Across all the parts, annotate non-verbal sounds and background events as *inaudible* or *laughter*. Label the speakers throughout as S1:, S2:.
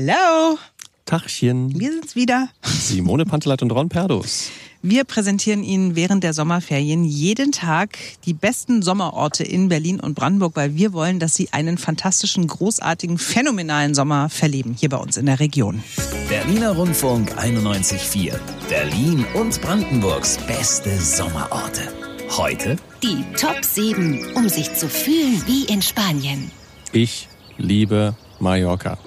S1: Hello,
S2: Tachchen.
S1: wir sind's wieder.
S2: Simone Panteleit und Ron Perdos.
S1: Wir präsentieren Ihnen während der Sommerferien jeden Tag die besten Sommerorte in Berlin und Brandenburg, weil wir wollen, dass Sie einen fantastischen, großartigen, phänomenalen Sommer verleben hier bei uns in der Region.
S3: Berliner Rundfunk 91.4. Berlin und Brandenburgs beste Sommerorte. Heute
S4: Die Top 7, um sich zu fühlen wie in Spanien.
S2: Ich liebe Mallorca.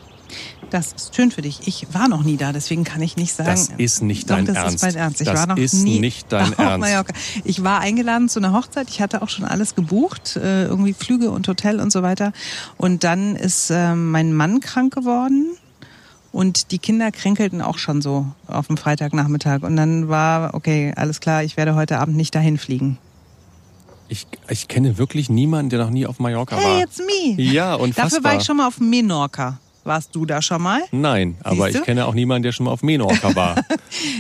S1: Das ist schön für dich. Ich war noch nie da, deswegen kann ich nicht sagen.
S2: Das ist nicht
S1: Doch,
S2: dein
S1: das
S2: Ernst.
S1: Ist mein Ernst. Ich
S2: Das
S1: war noch
S2: ist
S1: nie
S2: nicht dein
S1: auf
S2: Ernst.
S1: Mallorca. Ich war eingeladen zu einer Hochzeit. Ich hatte auch schon alles gebucht, äh, irgendwie Flüge und Hotel und so weiter. Und dann ist äh, mein Mann krank geworden. Und die Kinder kränkelten auch schon so auf dem Freitagnachmittag. Und dann war, okay, alles klar, ich werde heute Abend nicht dahin fliegen.
S2: Ich, ich kenne wirklich niemanden, der noch nie auf Mallorca
S1: Hey,
S2: war.
S1: it's me!
S2: Ja,
S1: Dafür
S2: unfassbar.
S1: war ich schon mal auf Menorca. Warst du da schon mal?
S2: Nein, aber
S1: Siehst
S2: ich
S1: du?
S2: kenne auch niemanden, der schon mal auf Menorca war.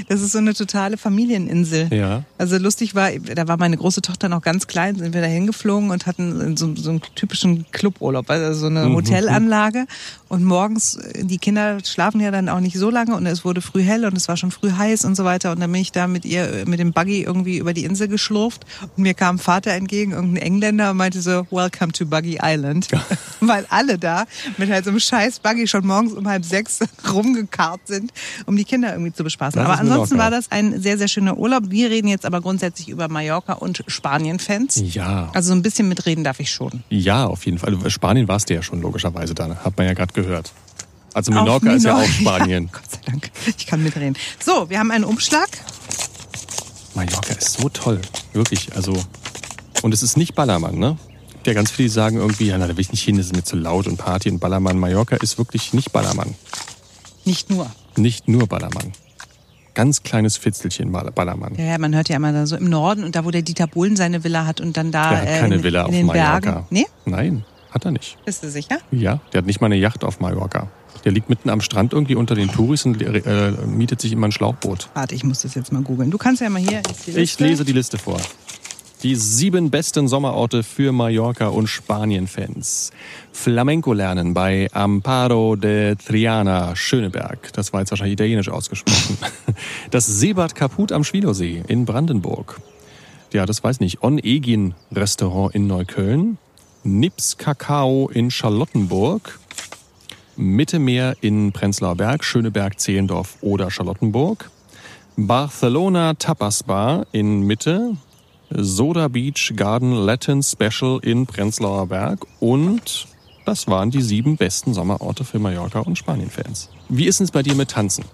S1: Das ist so eine totale Familieninsel.
S2: Ja.
S1: Also lustig war, da war meine große Tochter noch ganz klein, sind wir da hingeflogen und hatten so, so einen typischen Cluburlaub, also so eine Hotelanlage. Und morgens, äh, die Kinder schlafen ja dann auch nicht so lange und es wurde früh hell und es war schon früh heiß und so weiter. Und dann bin ich da mit ihr, äh, mit dem Buggy irgendwie über die Insel geschlurft und mir kam ein Vater entgegen, irgendein Engländer und meinte so, welcome to Buggy Island. *laughs* Weil alle da mit halt so einem scheiß Buggy schon morgens um halb sechs *laughs* rumgekarrt sind, um die Kinder irgendwie zu bespaßen.
S2: Das
S1: Aber
S2: ist
S1: ansonsten
S2: Mallorca.
S1: war das das ist ein sehr, sehr schöner Urlaub. Wir reden jetzt aber grundsätzlich über Mallorca und Spanien-Fans.
S2: ja.
S1: *laughs* Also so ein bisschen mitreden darf ich schon.
S2: Ja, auf jeden Fall. Also Spanien warst du ja schon logischerweise da. Hat man ja gerade gehört. Also Menorca
S1: Auf
S2: ist ja auch
S1: Menorca.
S2: Spanien.
S1: *laughs* Ja, Gott sei Dank, ich kann mitreden. So, wir haben einen Umschlag.
S2: Mallorca ist so toll. Wirklich. Also. Und es ist nicht Ballermann, ne? Gibt Ja, ganz viele die sagen irgendwie, ja, na, da will ich nicht hin, das ist mir zu laut und Party und Ballermann. Mallorca ist wirklich nicht Ballermann.
S1: Nicht nur.
S2: Nicht nur Ballermann. Ganz kleines Fitzelchen Ball- Ballermann.
S1: Ja, ja, man hört ja immer da so im Norden und da, wo der Dieter Bohlen seine Villa hat und dann da
S2: Der hat
S1: äh,
S2: keine
S1: in,
S2: Villa
S1: in
S2: auf
S1: den
S2: Mallorca.
S1: Bergen. Nee,
S2: Nein, hat er nicht.
S1: bist du sicher?
S2: Ja, der hat nicht mal eine Yacht auf Mallorca. Der liegt mitten am Strand irgendwie unter den Touris und äh, mietet sich immer ein Schlauchboot.
S1: Warte, ich muss das jetzt mal googeln. Du kannst ja mal hier. ist die
S2: Ich
S1: Liste.
S2: lese die Liste vor. Die sieben besten Sommerorte für Mallorca und Spanien-Fans. Flamenco lernen bei Amparo de Triana, Schöneberg. Das war jetzt wahrscheinlich italienisch ausgesprochen. *laughs* Das Seebad Kaput am Schwilosee in Brandenburg. Ja, das weiß nicht. On Egin Restaurant in Neukölln. Nips Kakao in Charlottenburg. Mittemeer in Prenzlauer Berg, Schöneberg, Zehlendorf oder Charlottenburg. Barcelona Tapas Bar in Mitte, Soda Beach Garden Latin Special in Prenzlauer Berg und das waren die sieben besten Sommerorte für Mallorca und Spanien-Fans. Wie ist es bei dir mit Tanzen?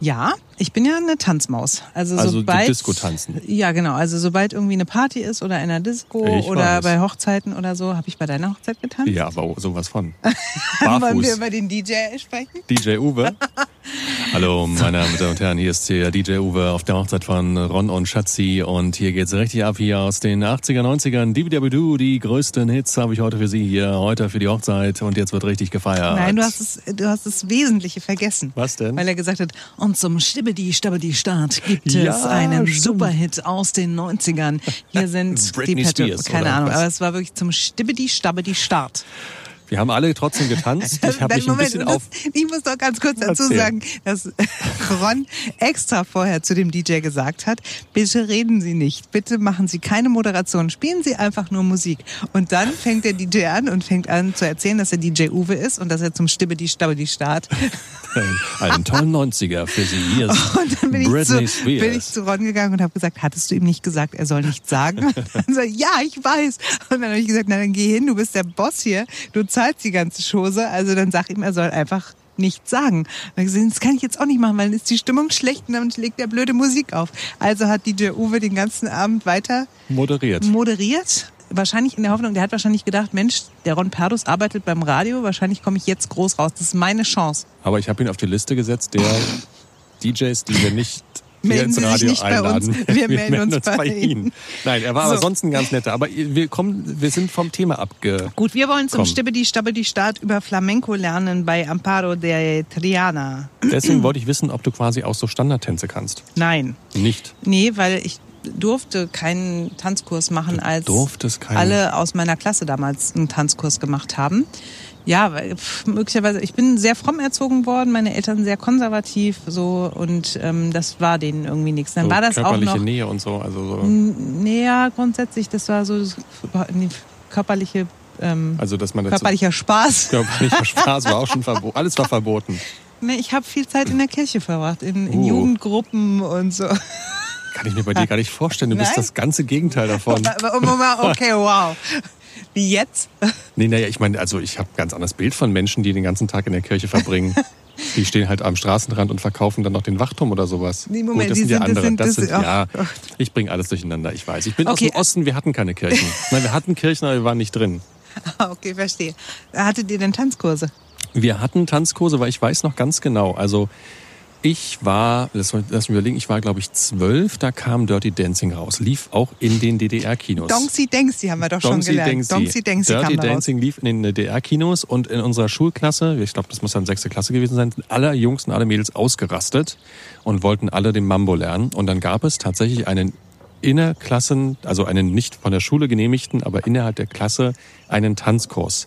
S1: Ja, ich bin ja eine Tanzmaus. Also,
S2: Also du
S1: sobald,
S2: Disco-tanzen.
S1: Ja, genau. Also sobald irgendwie eine Party ist oder in einer Disco
S2: Ich
S1: oder
S2: weiß.
S1: bei Hochzeiten oder so, habe ich bei deiner Hochzeit getanzt.
S2: Ja, aber sowas
S1: *laughs*
S2: von.
S1: Wollen wir
S2: Barfuß.
S1: über den DJ sprechen?
S2: DJ Uwe. Hallo, meine Damen und Herren, hier ist der DJ Uwe auf der Hochzeit von Ron und Schatzi und hier geht's richtig ab hier aus den 80er, 90ern. Dibidabidoo, die größten Hits habe ich heute für Sie hier, heute für die Hochzeit und jetzt wird richtig gefeiert.
S1: Nein, du hast, es, du hast das Wesentliche vergessen.
S2: Was denn?
S1: Weil er gesagt hat, und zum Stibbedi, Stabbedi Start gibt
S2: Ja,
S1: es einen
S2: stimmt.
S1: Superhit aus den 90ern. Hier sind
S2: *laughs* Britney
S1: die Pet-
S2: Spears
S1: Keine
S2: oder
S1: Ahnung,
S2: was?
S1: aber es war wirklich zum Stibbedi, Stabbedi Start.
S2: Wir haben alle trotzdem getanzt. Ich habe mich ein
S1: Moment,
S2: bisschen
S1: und das,
S2: auf...
S1: ich muss doch ganz kurz dazu
S2: Erzähl.
S1: sagen, dass *laughs* Ron extra vorher zu dem DJ gesagt hat, bitte reden Sie nicht, bitte machen Sie keine Moderation, spielen Sie einfach nur Musik. Und dann fängt der DJ an und fängt an zu erzählen, dass er DJ Uwe ist und dass er zum Stimme die Stabbe die Start.
S2: Einen tollen 90er für Sie. Hier ist
S1: *laughs* Und dann bin ich, zu,
S2: Britney
S1: bin ich
S2: Spears.
S1: zu Ron gegangen und habe gesagt, hattest du ihm nicht gesagt, er soll nichts
S2: *laughs*
S1: sagen? Und dann so, ja, ich weiß. Und dann habe ich gesagt, na dann geh hin, du bist der Boss hier, du zahlst die ganze Chose, also dann sag ihm, er soll einfach nichts sagen. Und dann hab ich gesagt, das kann ich jetzt auch nicht machen, weil dann ist die Stimmung schlecht und dann legt er blöde Musik auf. Also hat DJ Uwe den ganzen Abend weiter
S2: moderiert.
S1: moderiert. Wahrscheinlich in der Hoffnung, der hat wahrscheinlich gedacht, Mensch, der Ron Perdus arbeitet beim Radio, wahrscheinlich komme ich jetzt groß raus. Das ist meine Chance.
S2: Aber ich habe ihn auf die Liste gesetzt der DJs, die wir nicht hier
S1: Melden
S2: ins
S1: Sie sich
S2: Radio
S1: nicht bei
S2: einladen.
S1: uns.
S2: *laughs*
S1: Wir melden uns bei Ihnen.
S2: Nein, er war aber
S1: So.
S2: sonst ein ganz netter. Aber wir kommen, wir sind vom Thema abge.
S1: Gut, wir wollen zum
S2: Komm.
S1: Stibbedi Stabbedi Start über Flamenco lernen bei Amparo de Triana.
S2: Deswegen wollte ich wissen, ob du quasi auch so Standardtänze kannst.
S1: Nein.
S2: Nicht.
S1: Nee, weil ich durfte keinen Tanzkurs machen, als
S2: durftest keinen?
S1: alle aus meiner Klasse damals einen Tanzkurs gemacht haben. ja, weil, pff, möglicherweise, ich bin sehr fromm erzogen worden, meine Eltern sehr konservativ so und ähm, das war denen irgendwie nichts. Dann
S2: So
S1: war das auch
S2: körperliche
S1: noch Hm,
S2: Nähe und so. Also so.
S1: näher grundsätzlich, das war so das- nee, körperliche, ähm,
S2: Also, dass man dazu.
S1: körperlicher Spaß.
S2: *laughs* Körperlicher Spaß war auch schon verboten. Alles war verboten.
S1: Nee, ich habe viel Zeit in der Kirche verbracht, in, in
S2: Uh.
S1: Jugendgruppen und so.
S2: Kann ich mir bei dir gar nicht vorstellen. Du bist
S1: Nein.
S2: das ganze Gegenteil davon. *laughs*
S1: Okay, wow. Wie jetzt? *laughs*
S2: Nee, naja, ich meine, also ich habe ein ganz anderes Bild von Menschen, die den ganzen Tag in der
S1: *laughs*
S2: Kirche verbringen. Die stehen halt am Straßenrand und verkaufen dann noch den Wachturm oder sowas. Oh,
S1: Nee, Moment,
S2: das
S1: die
S2: sind ja
S1: sind- das
S2: andere.
S1: sind-
S2: das
S1: das-
S2: sind,
S1: ach
S2: ja, ich bringe alles durcheinander, ich weiß. Ich bin
S1: Okay.
S2: aus dem Osten, wir hatten
S1: *laughs*
S2: keine Kirchen. Nein, wir hatten Kirchen, aber wir waren nicht drin.
S1: Ah, Okay, verstehe. Hattet ihr denn Tanzkurse?
S2: Wir hatten Tanzkurse, weil ich weiß noch ganz genau. Also ich war, lass mal- lass mich überlegen, ich war glaube ich zwölf, da kam Dirty Dancing raus. Lief auch in den DDR-Kinos.
S1: Donksy Denksy haben wir doch schon
S2: Dongsy
S1: gelernt.
S2: Dengsy.
S1: Donksy Denksy
S2: Dirty
S1: kam da raus.
S2: Dancing lief in den DR-Kinos und in unserer Schulklasse, ich glaube, das muss dann sechste Klasse gewesen sein, sind alle Jungs und alle Mädels ausgerastet und wollten alle den Mambo lernen. Und dann gab es tatsächlich einen innerklassen, also einen nicht von der Schule genehmigten, aber innerhalb der Klasse einen Tanzkurs.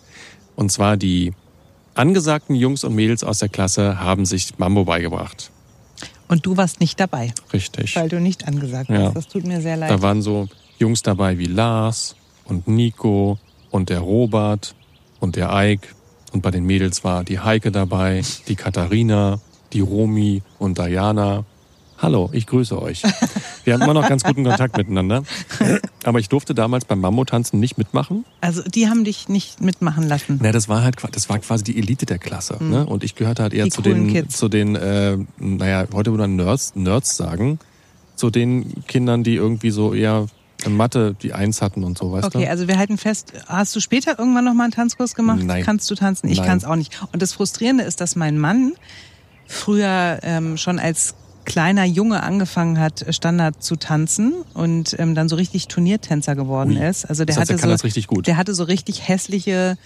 S2: Und zwar die angesagten Jungs und Mädels aus der Klasse haben sich Mambo beigebracht.
S1: Und du warst nicht dabei,
S2: Richtig.
S1: weil du nicht angesagt
S2: Ja.
S1: hast. Das tut mir sehr leid.
S2: Da waren so Jungs dabei wie Lars und Nico und der Robert und der Eik. Und bei den Mädels war die Heike dabei, die Katharina, die Romi und Diana. Hallo, ich grüße euch. Wir hatten immer noch ganz guten Kontakt miteinander. Aber ich durfte damals beim Mambo-Tanzen nicht mitmachen.
S1: Also die haben dich nicht mitmachen lassen.
S2: Na, das war halt, qua- das war quasi die Elite der Klasse. Ne? Und ich gehörte halt eher
S1: Mhm. Die
S2: zu
S1: coolen
S2: den,
S1: Kids.
S2: zu den, äh, naja, heute würde man Nerds, Nerds sagen, zu den Kindern, die irgendwie so eher in Mathe die Eins hatten und so, weißt
S1: Okay,
S2: du?
S1: also wir halten fest, hast du später irgendwann nochmal einen Tanzkurs gemacht?
S2: Nein.
S1: Kannst du tanzen? Ich
S2: Nein.
S1: kann es auch nicht. Und das Frustrierende ist, dass mein Mann früher ähm, schon als kleiner Junge angefangen hat, äh, Standard zu tanzen und ähm, dann so richtig Turniertänzer geworden
S2: Ui.
S1: ist. Also der
S2: Das heißt,
S1: hatte
S2: er kann
S1: so,
S2: das richtig gut.
S1: Der hatte so richtig hässliche,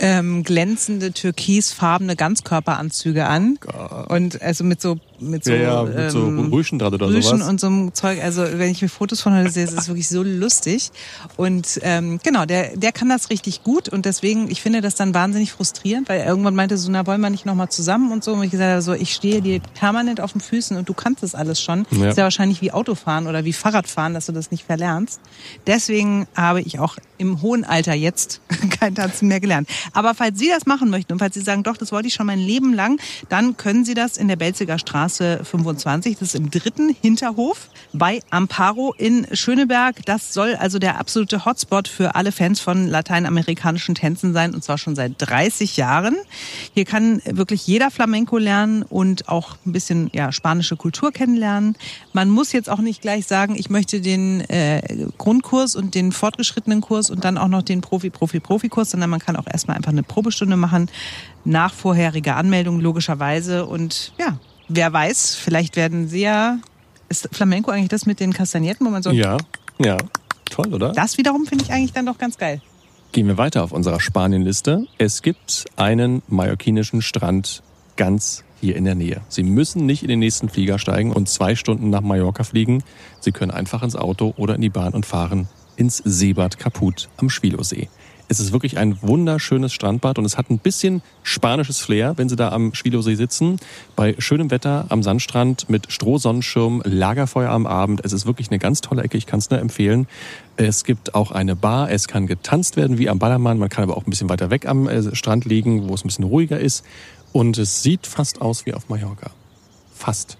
S1: ähm, glänzende, türkisfarbene Ganzkörperanzüge an. Und also mit so mit so,
S2: Oh ja, ja, mit so
S1: ähm,
S2: Rüschen dran oder
S1: Rüschen
S2: sowas.
S1: und so einem Zeug. Also wenn ich mir Fotos von heute sehe, ist es wirklich so lustig. Und ähm, genau, der, der kann das richtig gut und deswegen, ich finde das dann wahnsinnig frustrierend, weil er irgendwann meinte so, na wollen wir nicht nochmal zusammen und so. Und ich gesagt habe, so, ich stehe dir permanent auf den Füßen und du kannst das alles schon.
S2: Ja.
S1: Ist ja wahrscheinlich wie Autofahren oder wie Fahrradfahren, dass du das nicht verlernst. Deswegen habe ich auch im hohen Alter jetzt *laughs* kein Tanzen mehr gelernt. Aber falls Sie das machen möchten und falls Sie sagen, doch, das wollte ich schon mein Leben lang, dann können Sie das in der Belziger Straße 25. Das ist im dritten Hinterhof bei Amparo in Schöneberg. Das soll also der absolute Hotspot für alle Fans von lateinamerikanischen Tänzen sein und zwar schon seit 30 Jahren. Hier kann wirklich jeder Flamenco lernen und auch ein bisschen ja, spanische Kultur kennenlernen. Man muss jetzt auch nicht gleich sagen, ich möchte den äh, Grundkurs und den fortgeschrittenen Kurs und dann auch noch den Profi, Profi, Profikurs, sondern man kann auch erstmal einfach eine Probestunde machen, nach vorheriger Anmeldung logischerweise. Und ja, wer weiß, vielleicht werden sie ja. Ist Flamenco eigentlich das mit den Kastagnetten, wo man so.
S2: Ja, ja. Toll, oder?
S1: Das wiederum finde ich eigentlich dann doch ganz geil.
S2: Gehen wir weiter auf unserer Spanienliste. Es gibt einen mallorquinischen Strand ganz hier in der Nähe. Sie müssen nicht in den nächsten Flieger steigen und zwei Stunden nach Mallorca fliegen. Sie können einfach ins Auto oder in die Bahn und fahren ins Seebad Caput am Schwilosee. Es ist wirklich ein wunderschönes Strandbad und es hat ein bisschen spanisches Flair, wenn Sie da am Schwilosee sitzen. Bei schönem Wetter am Sandstrand mit Strohsonnenschirm, Lagerfeuer am Abend. Es ist wirklich eine ganz tolle Ecke, ich kann es nur empfehlen. Es gibt auch eine Bar, es kann getanzt werden wie am Ballermann. Man kann aber auch ein bisschen weiter weg am äh, Strand liegen, wo es ein bisschen ruhiger ist. Und es sieht fast aus wie auf Mallorca. Fast.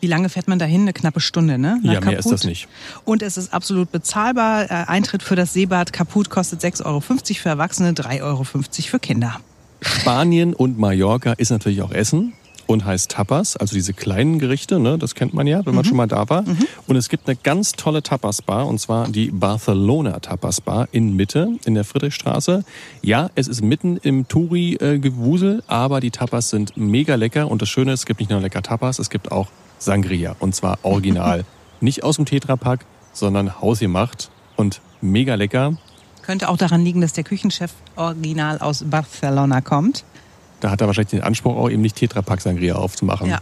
S1: Wie lange fährt man dahin? Eine knappe Stunde, ne? Nach
S2: Ja, mehr ist
S1: Kaput.
S2: das nicht.
S1: Und es ist absolut bezahlbar. Äh, Eintritt für das Seebad Kaput kostet 6,50 Euro für Erwachsene, 3,50 Euro für Kinder.
S2: Spanien und Mallorca ist natürlich auch Essen und heißt Tapas, also diese kleinen Gerichte, ne, das kennt man ja, wenn man schon mal da war. Und es gibt eine ganz tolle Tapas-Bar und zwar die Barcelona Tapas-Bar in Mitte, in der Friedrichstraße. Ja, es ist mitten im Touri-Gewusel, aber die Tapas sind mega lecker und das Schöne ist, es gibt nicht nur lecker Tapas, es gibt auch Sangria und zwar original. nicht aus dem Tetrapack, sondern hausgemacht und mega lecker.
S1: Könnte auch daran liegen, dass der Küchenchef original aus Barcelona kommt.
S2: Da hat er wahrscheinlich den Anspruch, auch eben nicht Tetrapack Sangria aufzumachen.
S1: Ja.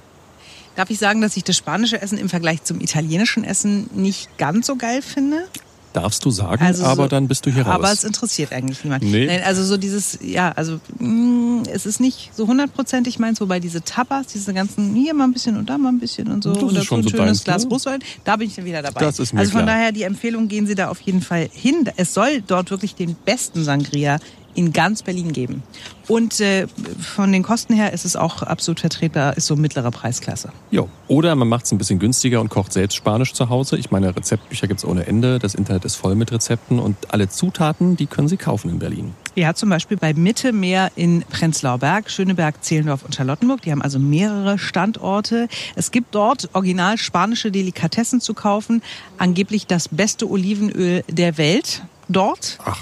S1: Darf ich sagen, dass ich das spanische Essen im Vergleich zum italienischen Essen nicht ganz so geil finde?
S2: Darfst du sagen,
S1: Also
S2: aber
S1: so-
S2: dann bist du hier raus.
S1: Aber es interessiert eigentlich niemand.
S2: Nee.
S1: Nein, also so dieses, ja, also mh, es ist nicht so hundertprozentig meins, wobei diese Tabas, diese ganzen, hier mal ein bisschen und da mal ein bisschen und so
S2: Das
S1: und
S2: ist
S1: dazu
S2: schon
S1: ein
S2: so
S1: schönes
S2: deins,
S1: Glas
S2: ne?
S1: Brustwein, da bin ich dann wieder dabei.
S2: Das ist mir
S1: also von
S2: klar.
S1: daher die Empfehlung, gehen Sie da auf jeden Fall hin. Es soll dort wirklich den besten Sangria in ganz Berlin geben. Und äh, von den Kosten her ist es auch absolut vertretbar, ist so mittlere Preisklasse.
S2: Jo. Oder man macht es ein bisschen günstiger und kocht selbst Spanisch zu Hause. Ich meine, Rezeptbücher gibt's ohne Ende. Das Internet ist voll mit Rezepten und alle Zutaten, die können Sie kaufen in Berlin.
S1: Ja, zum Beispiel bei Mitte Meer in Prenzlauer Berg, Schöneberg, Zehlendorf und Charlottenburg. Die haben also mehrere Standorte. Es gibt dort original spanische Delikatessen zu kaufen. Angeblich das beste Olivenöl der Welt dort. Ach.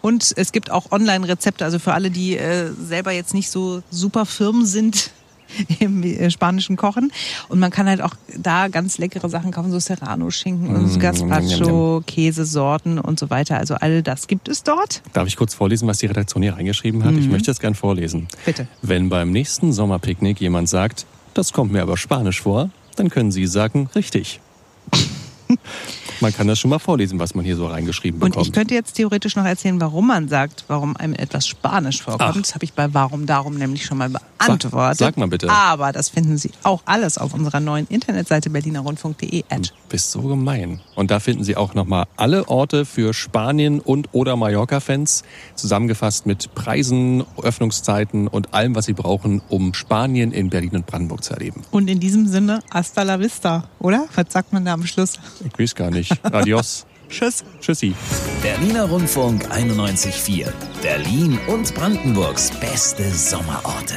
S1: Und es gibt auch Online-Rezepte, also für alle, die äh, selber jetzt nicht so super firm sind *laughs* im äh, spanischen Kochen. Und man kann halt auch da ganz leckere Sachen kaufen, so Serrano-Schinken und Gazpacho, Käsesorten und so weiter. Also all das gibt es dort.
S2: Darf ich kurz vorlesen, was die Redaktion hier reingeschrieben hat? Ich möchte das gern vorlesen.
S1: Mhm. Bitte.
S2: Wenn beim nächsten Sommerpicknick jemand sagt, das kommt mir aber Spanisch vor, dann können Sie sagen,
S1: *laughs*
S2: richtig. man kann das schon mal vorlesen, was man hier so reingeschrieben
S1: Und
S2: bekommt.
S1: ich könnte jetzt theoretisch noch erzählen, warum man sagt, warum einem etwas Spanisch vorkommt.
S2: Ach.
S1: Das habe ich bei Warum Darum nämlich schon mal beantwortet.
S2: sag mal bitte.
S1: Aber das finden Sie auch alles auf unserer neuen Internetseite berlinerrundfunk.de.
S2: bist so gemein. Und da finden Sie auch nochmal alle Orte für Spanien und oder Mallorca-Fans zusammengefasst mit Preisen, Öffnungszeiten und allem, was Sie brauchen, um Spanien in Berlin und Brandenburg zu erleben.
S1: Und in diesem Sinne, hasta la vista, oder? Was sagt man da am Schluss?
S2: Ich weiß gar nicht. Adios.
S1: Tschüss.
S2: Tschüssi.
S3: Berliner Rundfunk 91.4. Berlin und Brandenburgs beste Sommerorte.